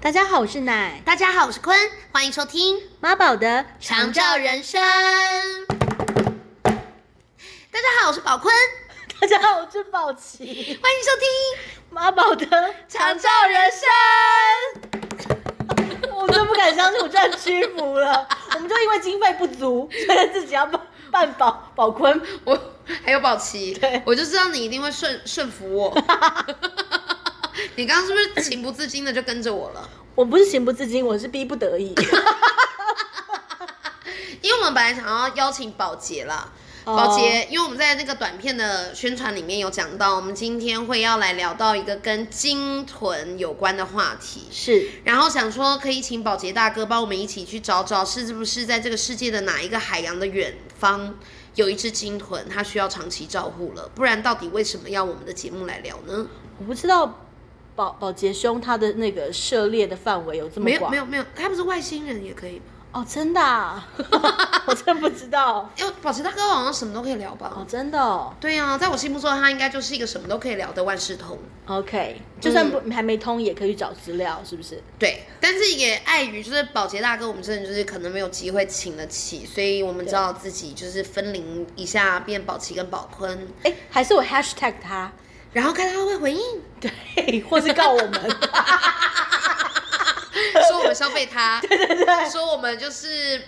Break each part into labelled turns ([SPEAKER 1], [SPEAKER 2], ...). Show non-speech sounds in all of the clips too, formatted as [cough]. [SPEAKER 1] 大家好，我是奶
[SPEAKER 2] 大家好，我是坤，欢迎收听《
[SPEAKER 1] 妈宝的
[SPEAKER 2] 长照。人生》。大家好，我是宝坤，
[SPEAKER 1] [laughs] 大家好，我是宝琪，
[SPEAKER 2] 欢迎收听
[SPEAKER 1] 妈宝的
[SPEAKER 2] 《长照人生》。
[SPEAKER 1] [laughs] 我真不敢相信，我居然屈服了。 [laughs] 我们就因为经费不足，觉得自己要办办宝宝坤，
[SPEAKER 2] 我还有宝
[SPEAKER 1] [laughs]
[SPEAKER 2] 琪
[SPEAKER 1] 对，
[SPEAKER 2] 我就知道你一定会顺顺
[SPEAKER 1] [laughs]
[SPEAKER 2] 服我。你刚刚是不是情不自禁的就跟着我了？
[SPEAKER 1] 我不是情不自禁，我是逼不得已。
[SPEAKER 2] 因为我们本来想要邀请宝洁啦，
[SPEAKER 1] 哦
[SPEAKER 2] 宝洁，因为我们在那个短片的宣传里面有讲到，我们今天会要来聊到一个跟鲸豚有关的话题。
[SPEAKER 1] [laughs] 是，
[SPEAKER 2] 然后想说，可以请宝洁大哥帮我们一起去找找，是不是在这个世界的哪一个海洋的远方有一只鲸豚，它需要长期照护了？不然到底为什么要我们的节目来聊呢？
[SPEAKER 1] 我不知道宝宝杰兄他的那个涉猎的范围有这么
[SPEAKER 2] 没有
[SPEAKER 1] 广，
[SPEAKER 2] 没有没有，他不是外星人也可以吗？
[SPEAKER 1] 哦，真的、 [laughs] 啊，我真不知道，
[SPEAKER 2] 因为哎宝洁大哥好像什么都可以聊吧？
[SPEAKER 1] 哦，真的、哦。
[SPEAKER 2] 对啊，在我心目中他应该就是一个什么都可以聊的万事通。
[SPEAKER 1] 哦 OK，就算不、还没通，也可以找资料，是不是？
[SPEAKER 2] 对，但是也碍于就是保洁大哥，我们真的就是可能没有机会请得起，所以我们只好自己就是分龄一下，变保琪跟宝坤，
[SPEAKER 1] 哎，还是我 Hashtag 他，
[SPEAKER 2] 然后看他会不会回应，
[SPEAKER 1] 对，或是告我们，
[SPEAKER 2] [laughs] 说我们消费
[SPEAKER 1] [laughs]
[SPEAKER 2] 他，对对对，说我们就是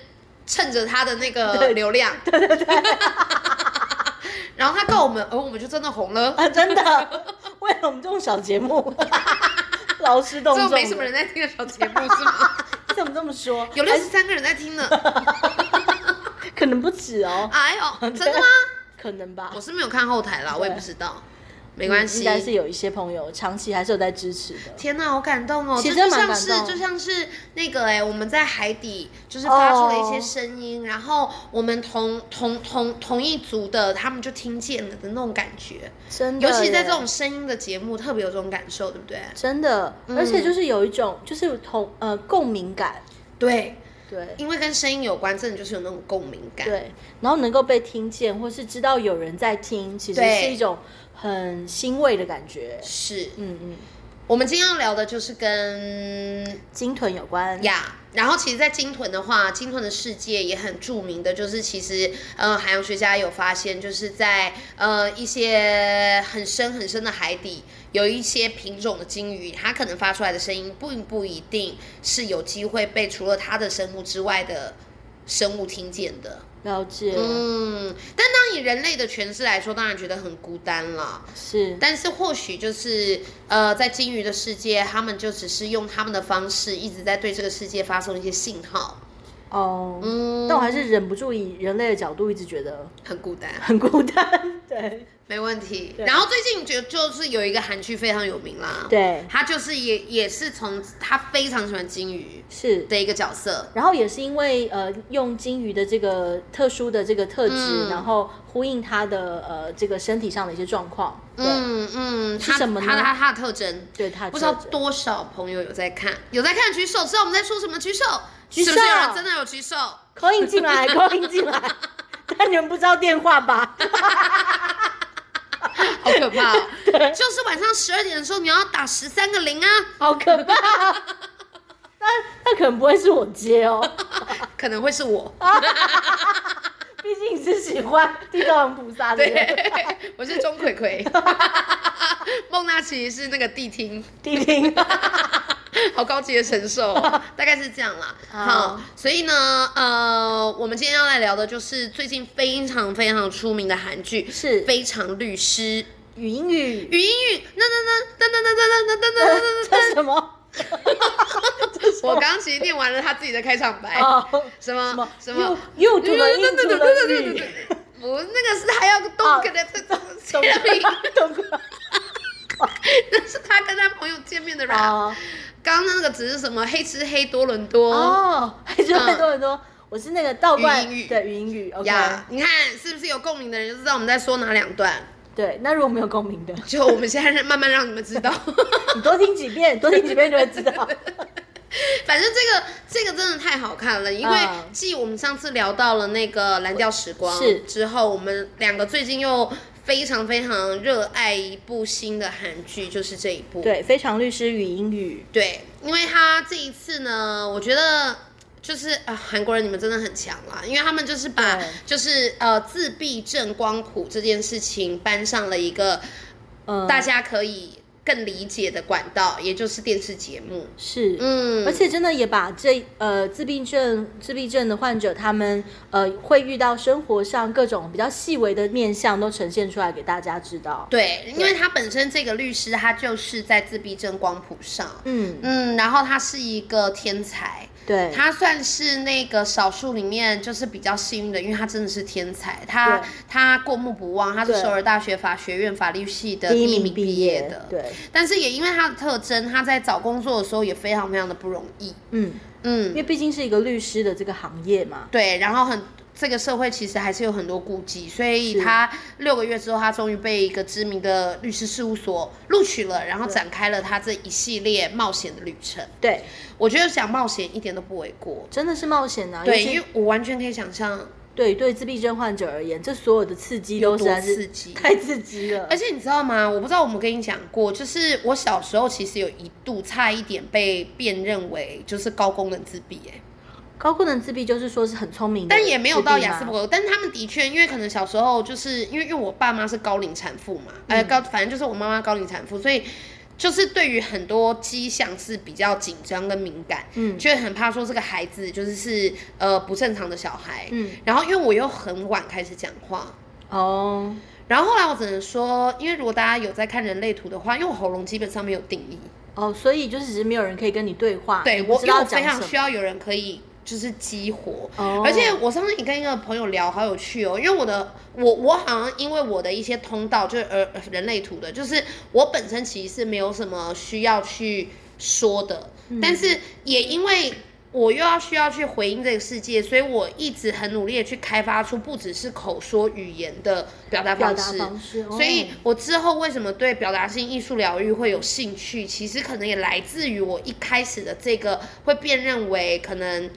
[SPEAKER 2] 趁着他的那个
[SPEAKER 1] 对
[SPEAKER 2] 流量，对对对，然后他告我们，哦，我们就真的红了，
[SPEAKER 1] [laughs] 啊，真的，为了我们这种小节
[SPEAKER 2] [laughs]
[SPEAKER 1] 目，劳师动
[SPEAKER 2] 这
[SPEAKER 1] 众的，
[SPEAKER 2] 没什么人在听的小节目
[SPEAKER 1] [laughs]
[SPEAKER 2] 是吗？
[SPEAKER 1] 你怎么这么说？
[SPEAKER 2] 有六十三个人在听呢，
[SPEAKER 1] 可能不止哦，
[SPEAKER 2] 哎
[SPEAKER 1] [laughs]
[SPEAKER 2] 呦，真的吗？
[SPEAKER 1] 可能吧嗯
[SPEAKER 2] 我，是没有看后台啦，我也不知道，没关系，
[SPEAKER 1] 应该是有一些朋友长期还是有在支持的。
[SPEAKER 2] 天呐，好感动哦！
[SPEAKER 1] 其实
[SPEAKER 2] 这就
[SPEAKER 1] 蛮
[SPEAKER 2] 像
[SPEAKER 1] 感
[SPEAKER 2] 是
[SPEAKER 1] 动
[SPEAKER 2] 就像是那个哎、我们在海底就是发
[SPEAKER 1] 哦
[SPEAKER 2] 出了一些声音然后我们同同同同一族的他们就听见了的那种感觉，
[SPEAKER 1] 真的
[SPEAKER 2] 尤
[SPEAKER 1] 耶，
[SPEAKER 2] 其在这种声音的节目，特别有这种感受，对不对？
[SPEAKER 1] 真的，
[SPEAKER 2] 嗯
[SPEAKER 1] 而且就是有一种就是同呃共鸣感，
[SPEAKER 2] 对，
[SPEAKER 1] 对
[SPEAKER 2] 因为跟声音有关，真的就是有那种共鸣感。
[SPEAKER 1] 对，然后能够被听见，或是知道有人在听，其实
[SPEAKER 2] 对
[SPEAKER 1] 是一种很欣慰的感觉。
[SPEAKER 2] 是
[SPEAKER 1] 嗯嗯，
[SPEAKER 2] 我们今天要聊的就是跟
[SPEAKER 1] 鲸豚有关，
[SPEAKER 2] 呀然后其实，在鲸豚的话，鲸豚的世界也很著名的，就是其实，呃，海洋学家有发现，就是在呃一些很深很深的海底，有一些品种的鲸鱼，它可能发出来的声音，并不一定是有机会被除了它的生物之外的生物听见的。
[SPEAKER 1] 了解，
[SPEAKER 2] 嗯，但当以人类的诠释来说，当然觉得很孤单了。
[SPEAKER 1] 是
[SPEAKER 2] 但是或许就是呃，在鲸鱼的世界，他们就只是用他们的方式一直在对这个世界发送一些信号。
[SPEAKER 1] 哦。
[SPEAKER 2] 嗯，
[SPEAKER 1] 但我还是忍不住以人类的角度，一直觉得
[SPEAKER 2] 很孤单，
[SPEAKER 1] 很孤单。对
[SPEAKER 2] 没问题。然后最近就就是有一个韩剧非常有名啦，，
[SPEAKER 1] 对，
[SPEAKER 2] 他就是也也是从他非常喜欢鲸鱼
[SPEAKER 1] 是。
[SPEAKER 2] 的一个角色，
[SPEAKER 1] 然后也是因为呃，用金鱼的这个特殊的这个特质，
[SPEAKER 2] 嗯
[SPEAKER 1] 然后呼应它的呃这个身体上的一些状况。对、
[SPEAKER 2] 嗯嗯，他
[SPEAKER 1] 什么呢
[SPEAKER 2] 他他他的特征。
[SPEAKER 1] 对，它的
[SPEAKER 2] 不知道
[SPEAKER 1] 特质
[SPEAKER 2] 多少朋友有在看，有在看举手，知道我们在说什么？举手，
[SPEAKER 1] 举手
[SPEAKER 2] 是不是有人真的有举手？
[SPEAKER 1] 口音进来，口音进来。但你们不知道电话
[SPEAKER 2] [laughs]
[SPEAKER 1] 吧？
[SPEAKER 2] 好可怕、哦！ [laughs] 就是晚上十二点的时候，你要打十三个零啊，
[SPEAKER 1] 好可怕、那那可能不会是我接哦， [laughs]
[SPEAKER 2] 可能会是我。
[SPEAKER 1] 毕竟你是喜欢地藏王菩萨的人。
[SPEAKER 2] 对，我是钟馗馗，孟娜其实是那个谛听，
[SPEAKER 1] 弟弟，
[SPEAKER 2] 好高级的神兽哦、大概是这样啦。
[SPEAKER 1] 好
[SPEAKER 2] 好，所以呢，呃，我们今天要来聊的就是最近非常非常出名的韩
[SPEAKER 1] [laughs]
[SPEAKER 2] 剧，
[SPEAKER 1] 是
[SPEAKER 2] 非常律师》
[SPEAKER 1] 语音语，
[SPEAKER 2] 语音语，那那那那那那那那那那那
[SPEAKER 1] 这是什么？
[SPEAKER 2] 那，我刚刚其实念完了他自己的开场白，
[SPEAKER 1] 哦，
[SPEAKER 2] 什么什么。
[SPEAKER 1] 又又读了印度的语，
[SPEAKER 2] 不，那个是他要动给他这
[SPEAKER 1] 懂
[SPEAKER 2] 这
[SPEAKER 1] 了懂了
[SPEAKER 2] 那是他跟他朋友见面的人。
[SPEAKER 1] 啊
[SPEAKER 2] 刚刚那个只是什么黑吃黑多伦多
[SPEAKER 1] 哦，还就很多很多，我是那个倒灌
[SPEAKER 2] 语音语
[SPEAKER 1] 对语音语，OK，
[SPEAKER 2] 呀你看是不是有共鸣的人就知道我们在说哪两段？
[SPEAKER 1] 对，那如果没有共鸣的，
[SPEAKER 2] 就我们现在慢慢让你们知道。
[SPEAKER 1] 你多听几
[SPEAKER 2] [laughs]
[SPEAKER 1] 遍，多听几遍就会知道。
[SPEAKER 2] 反正这个这个真的太好看了，因为
[SPEAKER 1] 嗯
[SPEAKER 2] 继我们上次聊到了那个蓝调时光
[SPEAKER 1] 是
[SPEAKER 2] 之后，我们两个最近又非常非常热爱一部新的韩剧，就是这一部。
[SPEAKER 1] 对，非常律师与英语，
[SPEAKER 2] 对，因为他这一次呢，我觉得就是啊，韩国人你们真的很强啦，因为他们就是把
[SPEAKER 1] 对
[SPEAKER 2] 就是呃自闭症光谱这件事情搬上了一个
[SPEAKER 1] 嗯，
[SPEAKER 2] 大家可以更理解的管道，也就是电视节目。
[SPEAKER 1] 是，
[SPEAKER 2] 嗯，
[SPEAKER 1] 而且真的也把这呃自闭症自闭症的患者，他们呃会遇到生活上各种比较细微的面相都呈现出来给大家知道。
[SPEAKER 2] 对，因为他本身这个律师他就是在自闭症光谱上，
[SPEAKER 1] 嗯，
[SPEAKER 2] 嗯，然后他是一个天才。
[SPEAKER 1] 对，
[SPEAKER 2] 他算是那个少数里面就是比较幸运的，因为他真的是天才，他
[SPEAKER 1] 对
[SPEAKER 2] 他过目不忘，他是
[SPEAKER 1] 对
[SPEAKER 2] 首尔大学法学院法律系的
[SPEAKER 1] 第
[SPEAKER 2] 第
[SPEAKER 1] 一
[SPEAKER 2] 一
[SPEAKER 1] 名
[SPEAKER 2] 名毕
[SPEAKER 1] 业
[SPEAKER 2] 的。，
[SPEAKER 1] 对，
[SPEAKER 2] 但是也因为他的特征，他在找工作的时候也非常非常的不容易。
[SPEAKER 1] 嗯，因
[SPEAKER 2] 嗯，
[SPEAKER 1] 为毕竟是一个律师的这个行业嘛，
[SPEAKER 2] 对，然后很。这个社会其实还是有很多顾忌，所以
[SPEAKER 1] 是
[SPEAKER 2] 他六个月之后，他终于被一个知名的律师事务所录取了，然后展开了他这一系列冒险的旅程。
[SPEAKER 1] 对，
[SPEAKER 2] 我觉得讲冒险一点都不为过，
[SPEAKER 1] 真的是冒险啊。
[SPEAKER 2] 对，
[SPEAKER 1] 尤其
[SPEAKER 2] 因为我完全可以想象
[SPEAKER 1] 对对自闭症患者而言，这所有的刺激
[SPEAKER 2] 有
[SPEAKER 1] 都实
[SPEAKER 2] 多
[SPEAKER 1] 在
[SPEAKER 2] 刺
[SPEAKER 1] 是
[SPEAKER 2] 激。
[SPEAKER 1] [laughs] 太刺激了
[SPEAKER 2] 而。且你知道吗？我不知道我们跟你讲过，就是我小时候其实有一度差一点被辨认为就是高功能自闭、哎，
[SPEAKER 1] 高功能自闭就是说是很聪明的自闭吗，
[SPEAKER 2] 但也没有到雅思伯格。但是他们的确，因为可能小时候就是因为因为我爸妈是高龄产妇嘛，
[SPEAKER 1] 嗯
[SPEAKER 2] 呃，高反正就是我妈妈高龄产妇，所以就是对于很多迹象是比较紧张跟敏感，
[SPEAKER 1] 嗯
[SPEAKER 2] 就会很怕说这个孩子就是是呃不正常的小孩。
[SPEAKER 1] 嗯
[SPEAKER 2] 然后因为我又很晚开始讲话，
[SPEAKER 1] 哦，
[SPEAKER 2] 然后后来我只能说，因为如果大家有在看人类图的话，因为我喉咙基本上没有定义，
[SPEAKER 1] 哦，所以就是只是没有人可以跟你对话，
[SPEAKER 2] 对
[SPEAKER 1] 你
[SPEAKER 2] 我
[SPEAKER 1] 不知
[SPEAKER 2] 因为
[SPEAKER 1] 道
[SPEAKER 2] 我
[SPEAKER 1] 讲
[SPEAKER 2] 非
[SPEAKER 1] 什
[SPEAKER 2] 常
[SPEAKER 1] 么
[SPEAKER 2] 需。要有人可以就是激活。
[SPEAKER 1] 哦
[SPEAKER 2] 而且我上次也跟一个朋友聊，好有趣哦，因为我的我我好像因为我的一些通道就是呃人类图的，就是我本身其实是没有什么需要去说的，
[SPEAKER 1] 嗯
[SPEAKER 2] 但是也因为。我又要需要去回应这个世界，所以我一直很努力的去开发出不只是口说语言的表达
[SPEAKER 1] 表
[SPEAKER 2] 方
[SPEAKER 1] 达
[SPEAKER 2] 式，
[SPEAKER 1] 方式，哦
[SPEAKER 2] 所以我之后为什么对表达性艺术疗愈会有兴趣，其实可能也来自于我一开始的这个会辨认为可能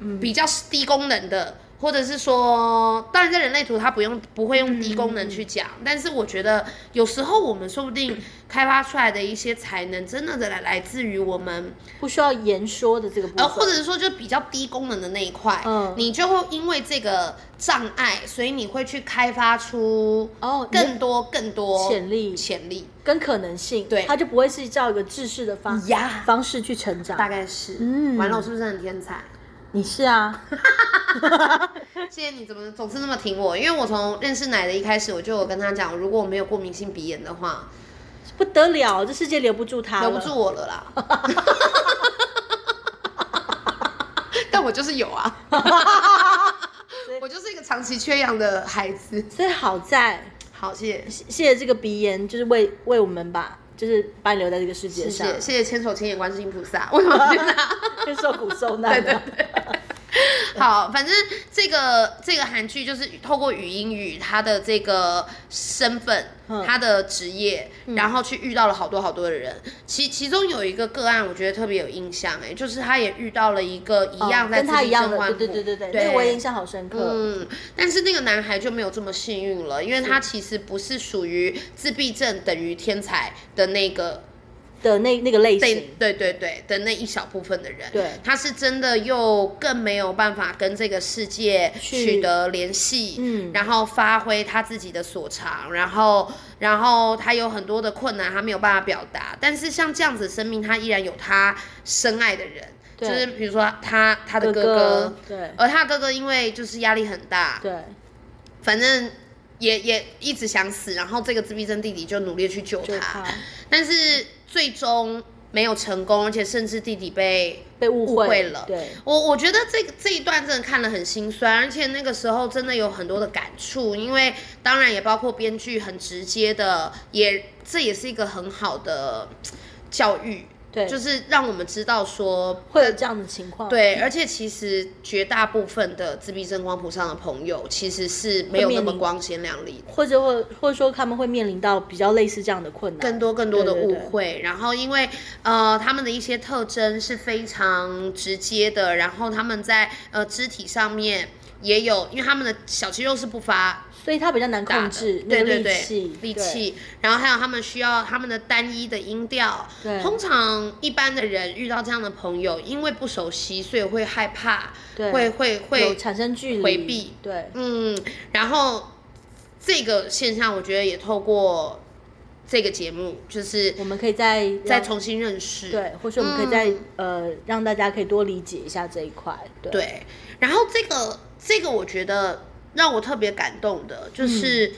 [SPEAKER 1] 嗯
[SPEAKER 2] 比较低功能的，或者是说，当然在人类图它不用不会用低功
[SPEAKER 1] 嗯
[SPEAKER 2] 能去讲，但是我觉得有时候我们说不定开发出来的一些才能，真的来来自于我们
[SPEAKER 1] 不需要言说的这个部分，
[SPEAKER 2] 呃，或者是说就比较低功能的那一块，
[SPEAKER 1] 嗯
[SPEAKER 2] 你就会因为这个障碍，所以你会去开发出
[SPEAKER 1] 哦你
[SPEAKER 2] 更多更多
[SPEAKER 1] 潜力
[SPEAKER 2] 潜力，
[SPEAKER 1] 跟可能性，
[SPEAKER 2] 对
[SPEAKER 1] 他就不会是照一个制式的方
[SPEAKER 2] 呀
[SPEAKER 1] 方式去成长。
[SPEAKER 2] 大概是。
[SPEAKER 1] 嗯
[SPEAKER 2] 完了，我是不是很天才？
[SPEAKER 1] 你是啊，
[SPEAKER 2] 谢谢你怎么总是那么挺我，因为我从认识奶的一开始，我就有跟他讲，如果我没有过敏性鼻炎的话，
[SPEAKER 1] 不得了，这世界留不住他了，
[SPEAKER 2] 留不住我了 [laughs] 啦。但我就是有啊，我就是一个长期缺氧的孩子。
[SPEAKER 1] 所以好在
[SPEAKER 2] 好，谢谢。
[SPEAKER 1] 谢谢这个鼻炎，就是为为我们吧，就是把你留在这个世界
[SPEAKER 2] 谢
[SPEAKER 1] 上，
[SPEAKER 2] [laughs] 谢谢谢千手千眼观世音菩萨，为什么去拿？
[SPEAKER 1] 就受苦受难的。 [laughs]
[SPEAKER 2] 好，反正这个这个韩剧就是透过语音语他的这个身份，
[SPEAKER 1] 嗯
[SPEAKER 2] 他的职业，然后去遇到了好多好多的人。其其中有一个个案，我觉得特别有印象、哎，就是他也遇到了一个一样
[SPEAKER 1] 哦
[SPEAKER 2] 在
[SPEAKER 1] 跟
[SPEAKER 2] 自
[SPEAKER 1] 他
[SPEAKER 2] 闭
[SPEAKER 1] 一样
[SPEAKER 2] 症
[SPEAKER 1] 的，
[SPEAKER 2] 患部，
[SPEAKER 1] 对对对对对，那个我也印象好深刻。
[SPEAKER 2] 嗯，但是那个男孩就没有这么幸运了，因为他其实不是属于自闭症等于天才的那个
[SPEAKER 1] 的那那个类
[SPEAKER 2] 对
[SPEAKER 1] 型，
[SPEAKER 2] 对对对的那一小部分的人，
[SPEAKER 1] 对
[SPEAKER 2] 他是真的又更没有办法跟这个世界
[SPEAKER 1] 去
[SPEAKER 2] 取得联系，
[SPEAKER 1] 嗯
[SPEAKER 2] 然后发挥他自己的所长，然后然后他有很多的困难，他没有办法表达，但是像这样子的生命，他依然有他深爱的人，就
[SPEAKER 1] 对
[SPEAKER 2] 是比如说他他的
[SPEAKER 1] 哥
[SPEAKER 2] 哥
[SPEAKER 1] 对
[SPEAKER 2] 而他哥哥因为就是压力很大，
[SPEAKER 1] 对，
[SPEAKER 2] 反正也也一直想死，然后这个自闭症弟弟就努力去救
[SPEAKER 1] 就他
[SPEAKER 2] 但是最终没有成功，而且甚至弟弟被
[SPEAKER 1] 被误
[SPEAKER 2] 误会
[SPEAKER 1] 会
[SPEAKER 2] 了。
[SPEAKER 1] 对，
[SPEAKER 2] 我我觉得这个这一段真的看了很心酸，而且那个时候真的有很多的感触，因为当然也包括编剧很直接的，也这也是一个很好的教育。
[SPEAKER 1] 对
[SPEAKER 2] 就是让我们知道说
[SPEAKER 1] 会有这样的情况。，
[SPEAKER 2] 对，而且其实绝大部分的自闭症光谱上的朋友，其实是没有那
[SPEAKER 1] 面
[SPEAKER 2] 么
[SPEAKER 1] 临
[SPEAKER 2] 光鲜亮丽的，
[SPEAKER 1] 或者或或者说他们会面临到比较类似这样的困难，
[SPEAKER 2] 更多更多的
[SPEAKER 1] 对对
[SPEAKER 2] 误
[SPEAKER 1] 对
[SPEAKER 2] 会。然后因为呃他们的一些特征是非常直接的，然后他们在呃肢体上面也有，因为他们的小肌肉是不发
[SPEAKER 1] 所以他比较难
[SPEAKER 2] 大
[SPEAKER 1] 控
[SPEAKER 2] 的
[SPEAKER 1] 制那
[SPEAKER 2] 对
[SPEAKER 1] 个
[SPEAKER 2] 对对
[SPEAKER 1] 力气，
[SPEAKER 2] 力
[SPEAKER 1] 对，
[SPEAKER 2] 气，然后还有他们需要他们的单一的音调。
[SPEAKER 1] 对
[SPEAKER 2] 通常一般的人遇到这样的朋友，因为不熟悉，所以会害怕，
[SPEAKER 1] 对
[SPEAKER 2] 会会
[SPEAKER 1] 有
[SPEAKER 2] 会，
[SPEAKER 1] 产生距离，
[SPEAKER 2] 回避，
[SPEAKER 1] 对，
[SPEAKER 2] 嗯，然后这个现象，我觉得也透过这个节目，就是
[SPEAKER 1] 我们可以再
[SPEAKER 2] 再
[SPEAKER 1] 让
[SPEAKER 2] 重新认识，
[SPEAKER 1] 对，或许我们可以再、
[SPEAKER 2] 嗯
[SPEAKER 1] 呃让大家可以多理解一下这一块，对，
[SPEAKER 2] 对，然后这个这个我觉得让我特别感动的就是。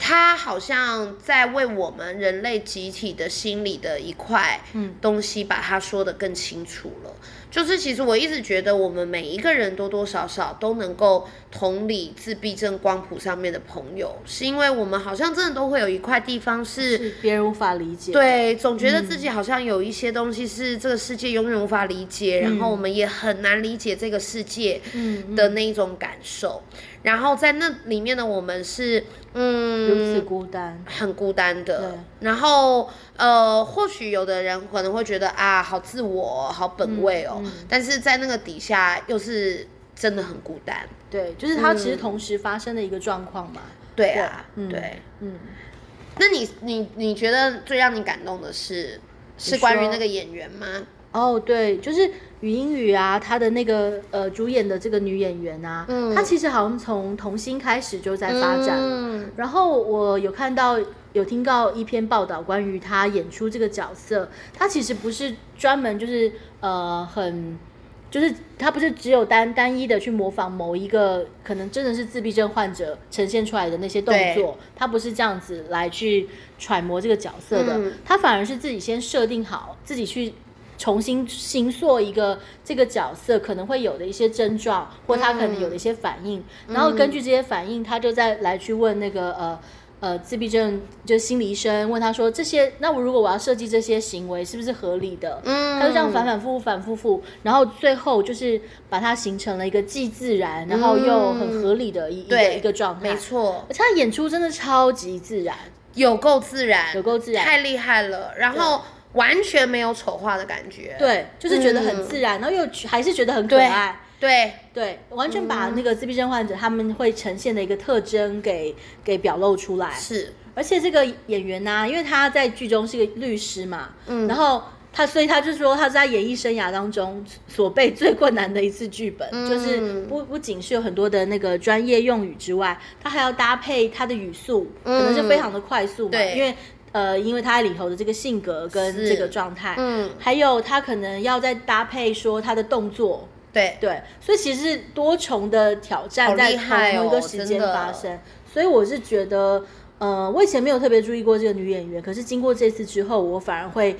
[SPEAKER 2] 他好像在为我们人类集体的心理的一块
[SPEAKER 1] 嗯
[SPEAKER 2] 东西，把它说得更清楚了。就是其实我一直觉得，我们每一个人多多少少都能够同理自闭症光谱上面的朋友，是因为我们好像真的都会有一块地方是
[SPEAKER 1] 是别人无法理解，，
[SPEAKER 2] 对，总觉得自
[SPEAKER 1] 嗯
[SPEAKER 2] 己好像有一些东西是这个世界永远无法理解，然后我们也很难理解这个世界
[SPEAKER 1] 嗯，
[SPEAKER 2] 的那一种感受。然后在那里面的我们是，
[SPEAKER 1] 如此
[SPEAKER 2] 嗯，
[SPEAKER 1] 孤单，
[SPEAKER 2] 很孤单
[SPEAKER 1] 对
[SPEAKER 2] 的。然后，呃，或许有的人可能会觉得啊，好自我哦，好
[SPEAKER 1] 嗯
[SPEAKER 2] 本位哦，但是在那个底下又是真的很孤单。
[SPEAKER 1] 对，就是它其实
[SPEAKER 2] 嗯
[SPEAKER 1] 同时发生的一个状况嘛，
[SPEAKER 2] 对啊，
[SPEAKER 1] 嗯
[SPEAKER 2] 对。
[SPEAKER 1] 嗯，
[SPEAKER 2] 那你你你觉得最让你感动的是是
[SPEAKER 1] 你
[SPEAKER 2] 关于
[SPEAKER 1] 说
[SPEAKER 2] 那个演员吗？
[SPEAKER 1] 哦，对，就是语音语啊，她的那个呃主演的这个女演员啊，
[SPEAKER 2] 嗯
[SPEAKER 1] 她其实好像从童星开始就在发展了
[SPEAKER 2] 嗯
[SPEAKER 1] 然后我有看到有听到一篇报道关于她演出这个角色，她其实不是专门就是呃很。就是她不是只有单单一的去模仿某一个可能真的是自闭症患者呈现出来的那些动作，她不是这样子来去揣摩这个角色的，
[SPEAKER 2] 嗯
[SPEAKER 1] 她反而是自己先设定好，自己去重新形塑一个这个角色可能会有的一些症状，或她可能有的一些反应，然后
[SPEAKER 2] 嗯
[SPEAKER 1] 根据这些反应，他就再来去问那个呃呃自闭症就是心理医生，问他说这些，那我如果我要设计这些行为是不是合理的？
[SPEAKER 2] 嗯
[SPEAKER 1] 他就这样反反复复、反复复，然后最后就是把它形成了一个既自然，然后又很合理的一、一个
[SPEAKER 2] 嗯对
[SPEAKER 1] 一个状态。
[SPEAKER 2] 没，错
[SPEAKER 1] 而，且他演出真的超级自然，
[SPEAKER 2] 有够自然，
[SPEAKER 1] 有够自然
[SPEAKER 2] 太厉害了，然后完全没有丑化的感觉，
[SPEAKER 1] 对，就是觉得很
[SPEAKER 2] 嗯
[SPEAKER 1] 自然，然后又还是觉得很可爱。
[SPEAKER 2] 对嗯
[SPEAKER 1] 对，完全把那个自闭症患者他们会呈现的一个特征给给表露出来。
[SPEAKER 2] 是，
[SPEAKER 1] 而且这个演员呢、因为他在剧中是个律师嘛，
[SPEAKER 2] 嗯
[SPEAKER 1] 然后他所以他就说他是在演艺生涯当中所被最困难的一次剧本，
[SPEAKER 2] 嗯
[SPEAKER 1] 就是不不仅是有很多的那个专业用语之外，他还要搭配他的语速，可能是非常的快速嘛，
[SPEAKER 2] 嗯对
[SPEAKER 1] 因为呃，因为他里头的这个性格跟
[SPEAKER 2] 是
[SPEAKER 1] 这个状态，
[SPEAKER 2] 嗯，
[SPEAKER 1] 还有他可能要再搭配说他的动作，
[SPEAKER 2] 对，
[SPEAKER 1] 对，所以其实是多重的挑
[SPEAKER 2] 好
[SPEAKER 1] 战在
[SPEAKER 2] 厉害
[SPEAKER 1] 同一
[SPEAKER 2] 哦
[SPEAKER 1] 个时
[SPEAKER 2] 真
[SPEAKER 1] 间
[SPEAKER 2] 的
[SPEAKER 1] 发生，所以我是觉得，呃，我以前没有特别注意过这个女演员，可是经过这次之后，我反而会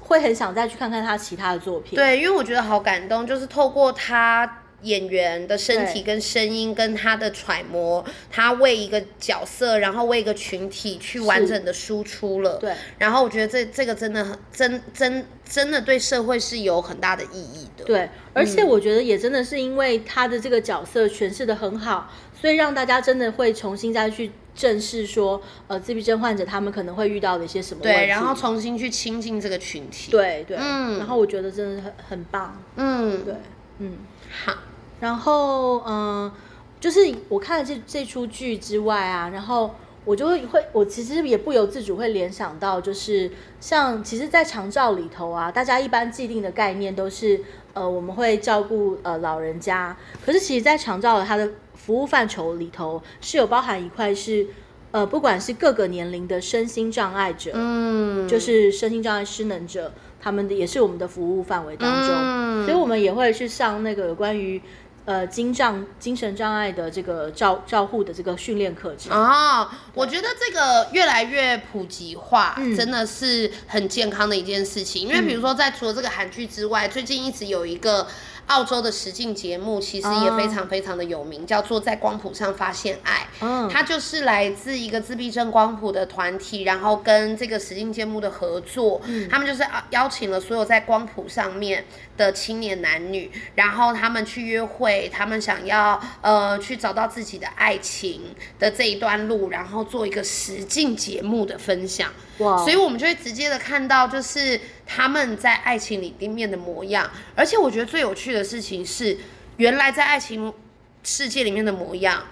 [SPEAKER 1] 会很想再去看看她其他的作品。，
[SPEAKER 2] 对，因为我觉得好感动，就是透过他。演员的身体
[SPEAKER 1] 对
[SPEAKER 2] 跟声音，跟他的揣摩，他为一个角色，然后为一个群体去完整的输出了。
[SPEAKER 1] 对，
[SPEAKER 2] 然后我觉得这这个真的很真真真的对社会是有很大的意义的。
[SPEAKER 1] 对，而
[SPEAKER 2] 嗯
[SPEAKER 1] 且我觉得也真的是因为她的这个角色诠释的很好，所以让大家真的会重新再去正视说，呃，自闭症患者他们可能会遇到的一些什么问题。
[SPEAKER 2] 对，然后重新去亲近这个群体。，
[SPEAKER 1] 对对，
[SPEAKER 2] 嗯
[SPEAKER 1] 然后我觉得真的很很棒，
[SPEAKER 2] 嗯，
[SPEAKER 1] 对，嗯。
[SPEAKER 2] 好，
[SPEAKER 1] 然后，嗯、就是我看了这这出剧之外啊，然后我就会会，我其实也不由自主会联想到，就是像其实，在长照里头啊，大家一般既定的概念都是，呃，我们会照顾呃老人家，可是其实，在长照的它的服务范畴里头是有包含一块是，呃，不管是各个年龄的身心障碍者，
[SPEAKER 2] 嗯，
[SPEAKER 1] 就是身心障碍失能者，他们的也是我们的服务范围当中，
[SPEAKER 2] 嗯
[SPEAKER 1] 所以我们也会去上那个有关于呃精障精神障碍的这个照照护的这个训练课程。
[SPEAKER 2] 哦，我觉得这个越来越普及化，
[SPEAKER 1] 嗯
[SPEAKER 2] 真的是很健康的一件事情。因为比如说，在除了这个韩剧之外，最近一直有一个澳洲的实境节目，其实也
[SPEAKER 1] 哦
[SPEAKER 2] 非常非常的有名，叫做《在光谱上发现爱》。
[SPEAKER 1] 嗯，
[SPEAKER 2] 它就是来自一个自闭症光谱的团体，然后跟这个实境节目的合作，他们就是啊邀请了所有在光谱上面的青年男女，然后他们去约会，他们想要呃去找到自己的爱情的这一段路，然后做一个实境节目的分享。
[SPEAKER 1] 哇，
[SPEAKER 2] 所以我们就会直接的看到，就是他们在爱情里面的模样。而且我觉得最有趣的事情是，原来在爱情世界里面的模样，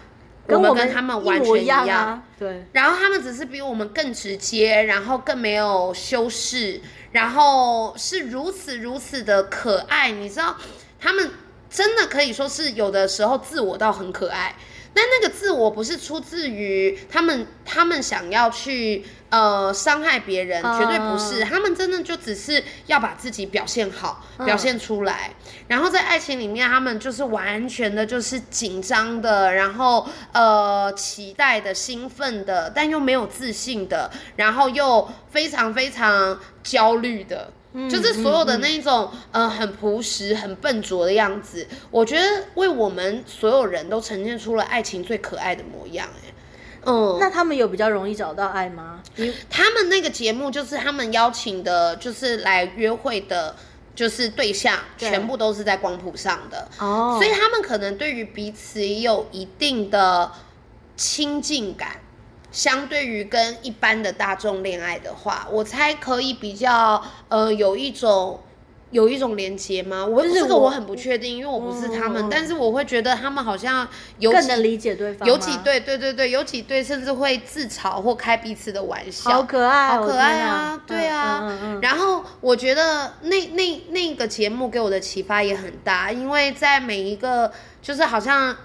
[SPEAKER 2] 我
[SPEAKER 1] 跟
[SPEAKER 2] 们
[SPEAKER 1] 我
[SPEAKER 2] 跟他们
[SPEAKER 1] 一
[SPEAKER 2] 完
[SPEAKER 1] 模
[SPEAKER 2] 全
[SPEAKER 1] 一样啊，对，
[SPEAKER 2] 然后他们只是比我们更直接，然后更没有修饰，然后是如此如此的可爱。你知道，他们真的可以说是有的时候自我到很可爱，但那个自我不是出自于他们，他们想要去呃伤害别人，
[SPEAKER 1] 嗯
[SPEAKER 2] 绝对不是。他们真的就只是要把自己表现好，
[SPEAKER 1] 嗯
[SPEAKER 2] 表现出来。然后在爱情里面，他们就是完全的就是紧张的，然后呃期待的、兴奋的，但又没有自信的，然后又非常非常焦虑的。
[SPEAKER 1] 嗯
[SPEAKER 2] 就是所有的那一种，呃，很朴实、很笨拙的样子，我觉得为我们所有人都呈现出了爱情最可爱的模样、哎，嗯，
[SPEAKER 1] 那他们有比较容易找到爱吗？你
[SPEAKER 2] 他们那个节目就是他们邀请的，就是来约会的，就是对象
[SPEAKER 1] 对
[SPEAKER 2] 全部都是在光谱上的，
[SPEAKER 1] 哦，
[SPEAKER 2] 所以他们可能对于彼此也有一定的亲近感。相对于跟一般的大众恋爱的话，我猜可以比较呃有一种有一种连接吗？我
[SPEAKER 1] 就是
[SPEAKER 2] 这个我
[SPEAKER 1] 我
[SPEAKER 2] 很不确定，因为我不是他们，
[SPEAKER 1] 嗯
[SPEAKER 2] 但是我会觉得他们好像有
[SPEAKER 1] 更
[SPEAKER 2] 几
[SPEAKER 1] 能理解对方吗，
[SPEAKER 2] 有几对对对对，有几对甚至会自嘲或开彼此的玩笑，
[SPEAKER 1] 好可爱哦，
[SPEAKER 2] 好可
[SPEAKER 1] 天
[SPEAKER 2] 爱
[SPEAKER 1] 哪
[SPEAKER 2] 啊，对啊。
[SPEAKER 1] 嗯嗯嗯
[SPEAKER 2] 然后我觉得那那那个节目给我的启发也很大，因为在每一个就是好像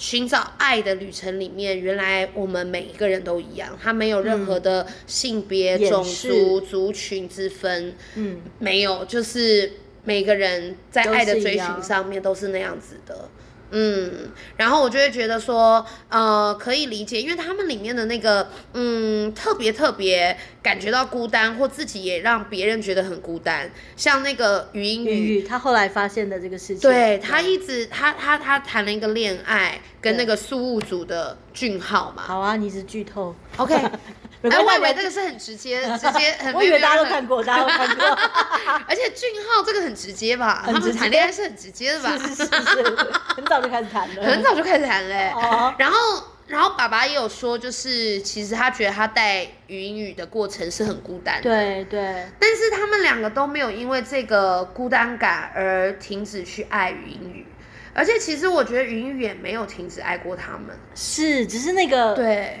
[SPEAKER 2] 寻找爱的旅程里面，原来我们每一个人都一样，他没有任何的性别、
[SPEAKER 1] 嗯掩
[SPEAKER 2] 种
[SPEAKER 1] 饰
[SPEAKER 2] 族、族群之分，
[SPEAKER 1] 嗯，
[SPEAKER 2] 没有，就是每个人在爱的
[SPEAKER 1] 都是一
[SPEAKER 2] 追寻
[SPEAKER 1] 样
[SPEAKER 2] 上面都是那样子的。嗯，然后我就会觉得说，呃，可以理解，因为他们里面的那个，嗯，特别特别感觉到孤单，或自己也让别人觉得很孤单，像那个余音
[SPEAKER 1] 玉
[SPEAKER 2] 语，
[SPEAKER 1] 玉，他后来发现的这个事情，
[SPEAKER 2] 对他一直他他他谈了一个恋爱，跟那
[SPEAKER 1] 对
[SPEAKER 2] 个苏务组的俊浩嘛
[SPEAKER 1] 好啊，你是剧透，
[SPEAKER 2] ，OK，
[SPEAKER 1] [laughs] 没关
[SPEAKER 2] 哎，
[SPEAKER 1] 系
[SPEAKER 2] 我以为这个是很直接，直接，很
[SPEAKER 1] [laughs] 我以为大家都
[SPEAKER 2] 很
[SPEAKER 1] 看过，大家都看过，
[SPEAKER 2] [laughs] 而且俊浩这个很直接吧？
[SPEAKER 1] 很
[SPEAKER 2] 他们
[SPEAKER 1] 直
[SPEAKER 2] 谈
[SPEAKER 1] 接
[SPEAKER 2] 恋爱是很直接的吧？
[SPEAKER 1] 是是是是，很早就开始谈了，
[SPEAKER 2] 很早就开始谈嘞、欸
[SPEAKER 1] 哦
[SPEAKER 2] [laughs] 然后，然后爸爸也有说，就是其实他觉得他带语音语的过程是很孤单的。
[SPEAKER 1] 对对，
[SPEAKER 2] 但是他们两个都没有因为这个孤单感而停止去爱语音语，而且其实我觉得语音语也没有停止爱过他们。
[SPEAKER 1] 是，只是那个
[SPEAKER 2] 对，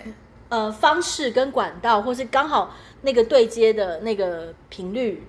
[SPEAKER 1] 呃方式跟管道，或是刚好那个对接的那个频率，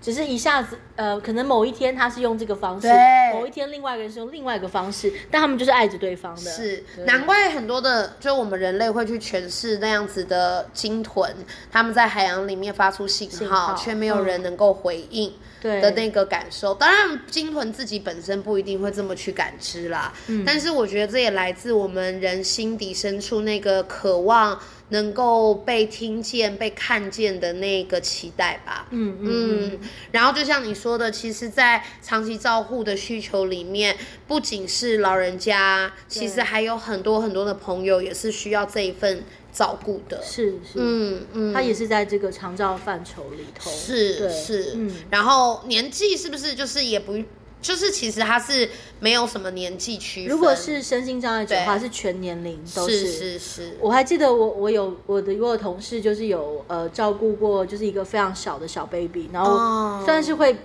[SPEAKER 1] 只是一下子呃，可能某一天他是用这个方式
[SPEAKER 2] 对，
[SPEAKER 1] 某一天另外一个人是用另外一个方式，但他们就是爱着对方的。
[SPEAKER 2] 是，
[SPEAKER 1] 对
[SPEAKER 2] 难怪很多的，就我们人类会去诠释那样子的鲸豚，他们在海洋里面发出信
[SPEAKER 1] 信
[SPEAKER 2] 号，
[SPEAKER 1] 号
[SPEAKER 2] 却没有
[SPEAKER 1] 嗯
[SPEAKER 2] 人能够回应
[SPEAKER 1] 对
[SPEAKER 2] 的那个感受。当然，鲸豚自己本身不一定会这么去感知啦，
[SPEAKER 1] 嗯
[SPEAKER 2] 但是我觉得这也来自我们人心底深处那个渴望能够被听见、被看见的那个期待吧。
[SPEAKER 1] 嗯嗯嗯
[SPEAKER 2] 嗯，然后就像你说的，其实，在长期照护的需求里面，不仅是老人家，其实还有很多很多的朋友也是需要这一份照顾的。
[SPEAKER 1] 是是，
[SPEAKER 2] 嗯嗯，
[SPEAKER 1] 他也是在这个长照范畴里头。
[SPEAKER 2] 是
[SPEAKER 1] 对
[SPEAKER 2] 是，
[SPEAKER 1] 嗯
[SPEAKER 2] 然后年纪是不是就是也不就是其实他是没有什么年纪区分，
[SPEAKER 1] 如果是身心障碍者的话，
[SPEAKER 2] 对
[SPEAKER 1] 是全年龄都
[SPEAKER 2] 是是是，
[SPEAKER 1] 我还记得我我有我的我有同事就是有呃照顾过就是一个非常小的小 baby，然
[SPEAKER 2] 哦
[SPEAKER 1] 后虽然是会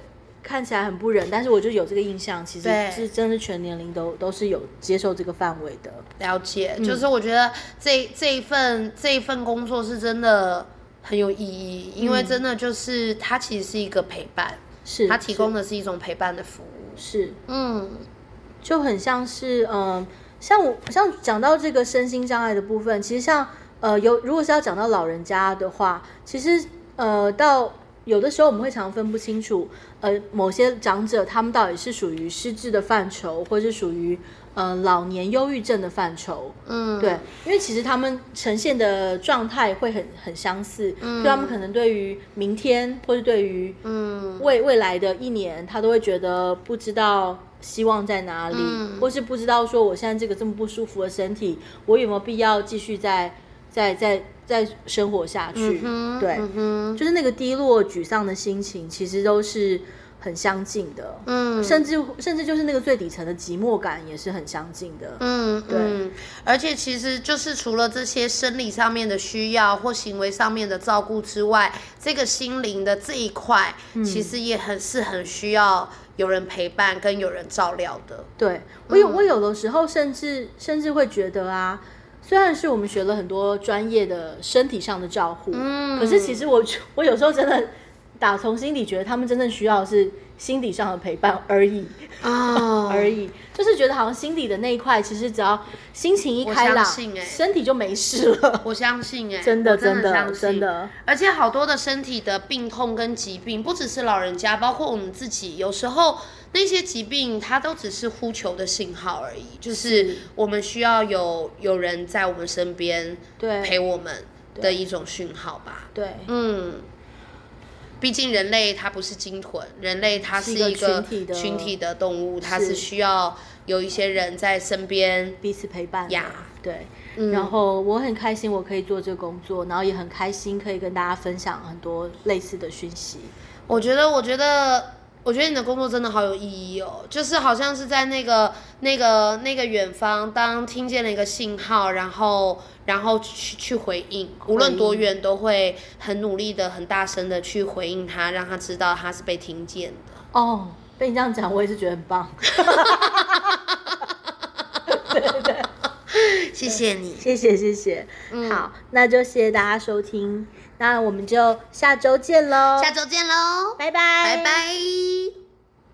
[SPEAKER 1] 看起来很不忍，但是我就有这个印象，其实
[SPEAKER 2] 对
[SPEAKER 1] 是真的全年龄都都是有接受这个范围的。
[SPEAKER 2] 了解，
[SPEAKER 1] 嗯
[SPEAKER 2] 就是我觉得这这一份这一份工作是真的很有意义，因为真的就是它其实是一个陪伴，
[SPEAKER 1] 是
[SPEAKER 2] 它提供的是一种陪伴的服务。
[SPEAKER 1] 是是
[SPEAKER 2] 嗯，
[SPEAKER 1] 就很像是嗯、呃像我像讲到这个身心障碍的部分，其实像呃有如果是要讲到老人家的话，其实呃到有的时候我们会常分不清楚，呃，某些长者他们到底是属于失智的范畴，或是属于呃老年忧郁症的范畴。
[SPEAKER 2] 嗯，
[SPEAKER 1] 对，因为其实他们呈现的状态会很很相似，嗯、就他们可能对于明天或是对于
[SPEAKER 2] 嗯
[SPEAKER 1] 未未来的一年，他都会觉得不知道希望在哪里，
[SPEAKER 2] 嗯
[SPEAKER 1] 或是不知道说我现在这个这么不舒服的身体，我有没有必要继续再再再再生活下去？
[SPEAKER 2] 嗯，
[SPEAKER 1] 对，
[SPEAKER 2] 嗯哼，
[SPEAKER 1] 就是那个低落、沮丧的心情，其实都是很相近的，
[SPEAKER 2] 嗯，
[SPEAKER 1] 甚至甚至就是那个最底层的寂寞感也是很相近的。
[SPEAKER 2] 嗯，
[SPEAKER 1] 对
[SPEAKER 2] 嗯，而且其实就是除了这些生理上面的需要或行为上面的照顾之外，这个心灵的这一块，
[SPEAKER 1] 嗯
[SPEAKER 2] 其实也很是很需要有人陪伴跟有人照料的。
[SPEAKER 1] 对我
[SPEAKER 2] 嗯
[SPEAKER 1] 有我有的时候甚至甚至会觉得啊，虽然是我们学了很多专业的身体上的照护，
[SPEAKER 2] 嗯
[SPEAKER 1] 可是其实我我有时候真的打从心底觉得他们真正需要的是心理上的陪伴而已、
[SPEAKER 2] [laughs] 啊
[SPEAKER 1] 而已，就是觉得好像心底的那一块，其实只要心情一
[SPEAKER 2] 我
[SPEAKER 1] 开
[SPEAKER 2] 相
[SPEAKER 1] 朗，
[SPEAKER 2] 信欸
[SPEAKER 1] 身体就没事了。
[SPEAKER 2] 我相信、欸，哎，
[SPEAKER 1] 真的
[SPEAKER 2] 我真
[SPEAKER 1] 真的
[SPEAKER 2] 相信
[SPEAKER 1] 真的。
[SPEAKER 2] 而且好多的身体的病痛跟疾病，不只是老人家，包括我们自己，有时候那些疾病它都只是呼求的信号而已，就是我们需要有有人在我们身边
[SPEAKER 1] 对
[SPEAKER 2] 陪我们的一种讯号吧。
[SPEAKER 1] 对，
[SPEAKER 2] 嗯，毕竟人类它不是鲸豚，人类它
[SPEAKER 1] 是
[SPEAKER 2] 是
[SPEAKER 1] 一个群体
[SPEAKER 2] 一个
[SPEAKER 1] 的
[SPEAKER 2] 群体的动物，它
[SPEAKER 1] 是
[SPEAKER 2] 是需要有一些人在身边。
[SPEAKER 1] 彼此陪伴的
[SPEAKER 2] 呀
[SPEAKER 1] 对。
[SPEAKER 2] 嗯
[SPEAKER 1] 然后我很开心，我可以做这个工作，然后也很开心可以跟大家分享很多类似的讯息。
[SPEAKER 2] 我觉得，我觉得，我觉得你的工作真的好有意义哦，就是好像是在那个、那个、那个远方，当听见了一个信号，然后，然后去去回应，无论多远，都会很努力的、很大声的去回应他，让他知道他是被听见的。
[SPEAKER 1] 哦，被你这样讲，我也是觉得很 [laughs] 棒。
[SPEAKER 2] 谢谢你，
[SPEAKER 1] 谢谢谢谢，
[SPEAKER 2] 嗯
[SPEAKER 1] 好，那就谢谢大家收听，那我们就下周见喽，
[SPEAKER 2] 下周见喽，
[SPEAKER 1] 拜拜
[SPEAKER 2] 拜拜